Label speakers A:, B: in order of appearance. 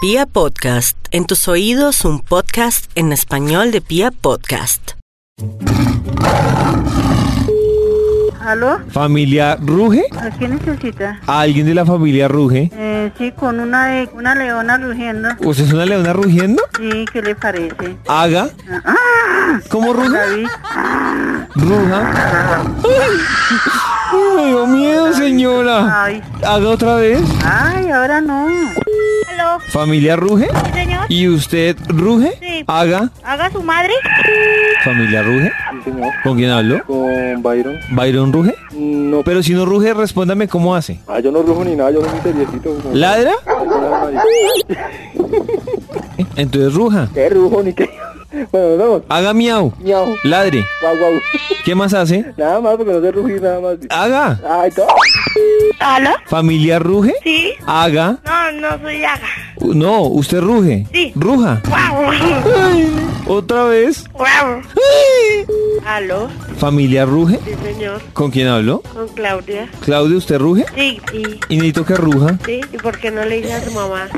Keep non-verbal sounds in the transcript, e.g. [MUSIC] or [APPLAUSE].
A: Pia Podcast, en tus oídos un podcast en español de Pia Podcast.
B: ¿Aló?
C: Familia Ruge,
B: ¿A quién necesita?
C: alguien de la familia Ruge.
B: Eh, sí, con una de- una leona rugiendo.
C: ¿Usted es una leona rugiendo?
B: Sí, ¿qué le parece?
C: Haga. ¿Cómo ruge?
B: David,
C: Ruja. Ay, me dio miedo, señora.
B: ay,
C: Haga otra vez.
B: ay, ahora no.
D: ¿Aló?
C: Familia Ruge.
D: ¿Sí, señor?
C: ¿Y usted ruge?
D: Sí.
C: Haga.
D: ¿Haga su madre?
C: Familia Ruge.
E: señor.
C: ¿Con quién hablo?
E: Con Byron.
C: ¿Byron Ruge?
E: No,
C: Pero si no ruge, respóndame cómo hace.
E: ah, yo no rujo ni nada, yo soy un seriecito. como-
C: ¿Ladra?
E: como una marica.
C: Eh, Entonces ruja.
E: ¿Qué rujo ni qué? [LAUGHS] Bueno, nos vemos.
C: Haga miau.
E: Miau.
C: Ladre.
E: Guau, guau.
C: ¿Qué más hace?
E: Nada más porque no sé rugir nada más.
C: Haga.
E: Ay, todo.
D: ¿Aló?
C: ¿Familia ruge?
D: ¿Sí?
C: Haga.
D: No, no soy Haga.
C: No, usted ruge.
D: Sí.
C: Ruja.
D: ¡Guau!
C: Otra vez.
D: ¡Guau! ¿Aló?
C: Familia ruge.
D: Sí, señor.
C: ¿Con quién habló?
D: ¿Con Claudia?
C: Claudio, ¿usted ruge?
D: Sí, y...
C: Y necesito que ruja.
D: ¿Sí? ¿Y por qué no le dije a su mamá?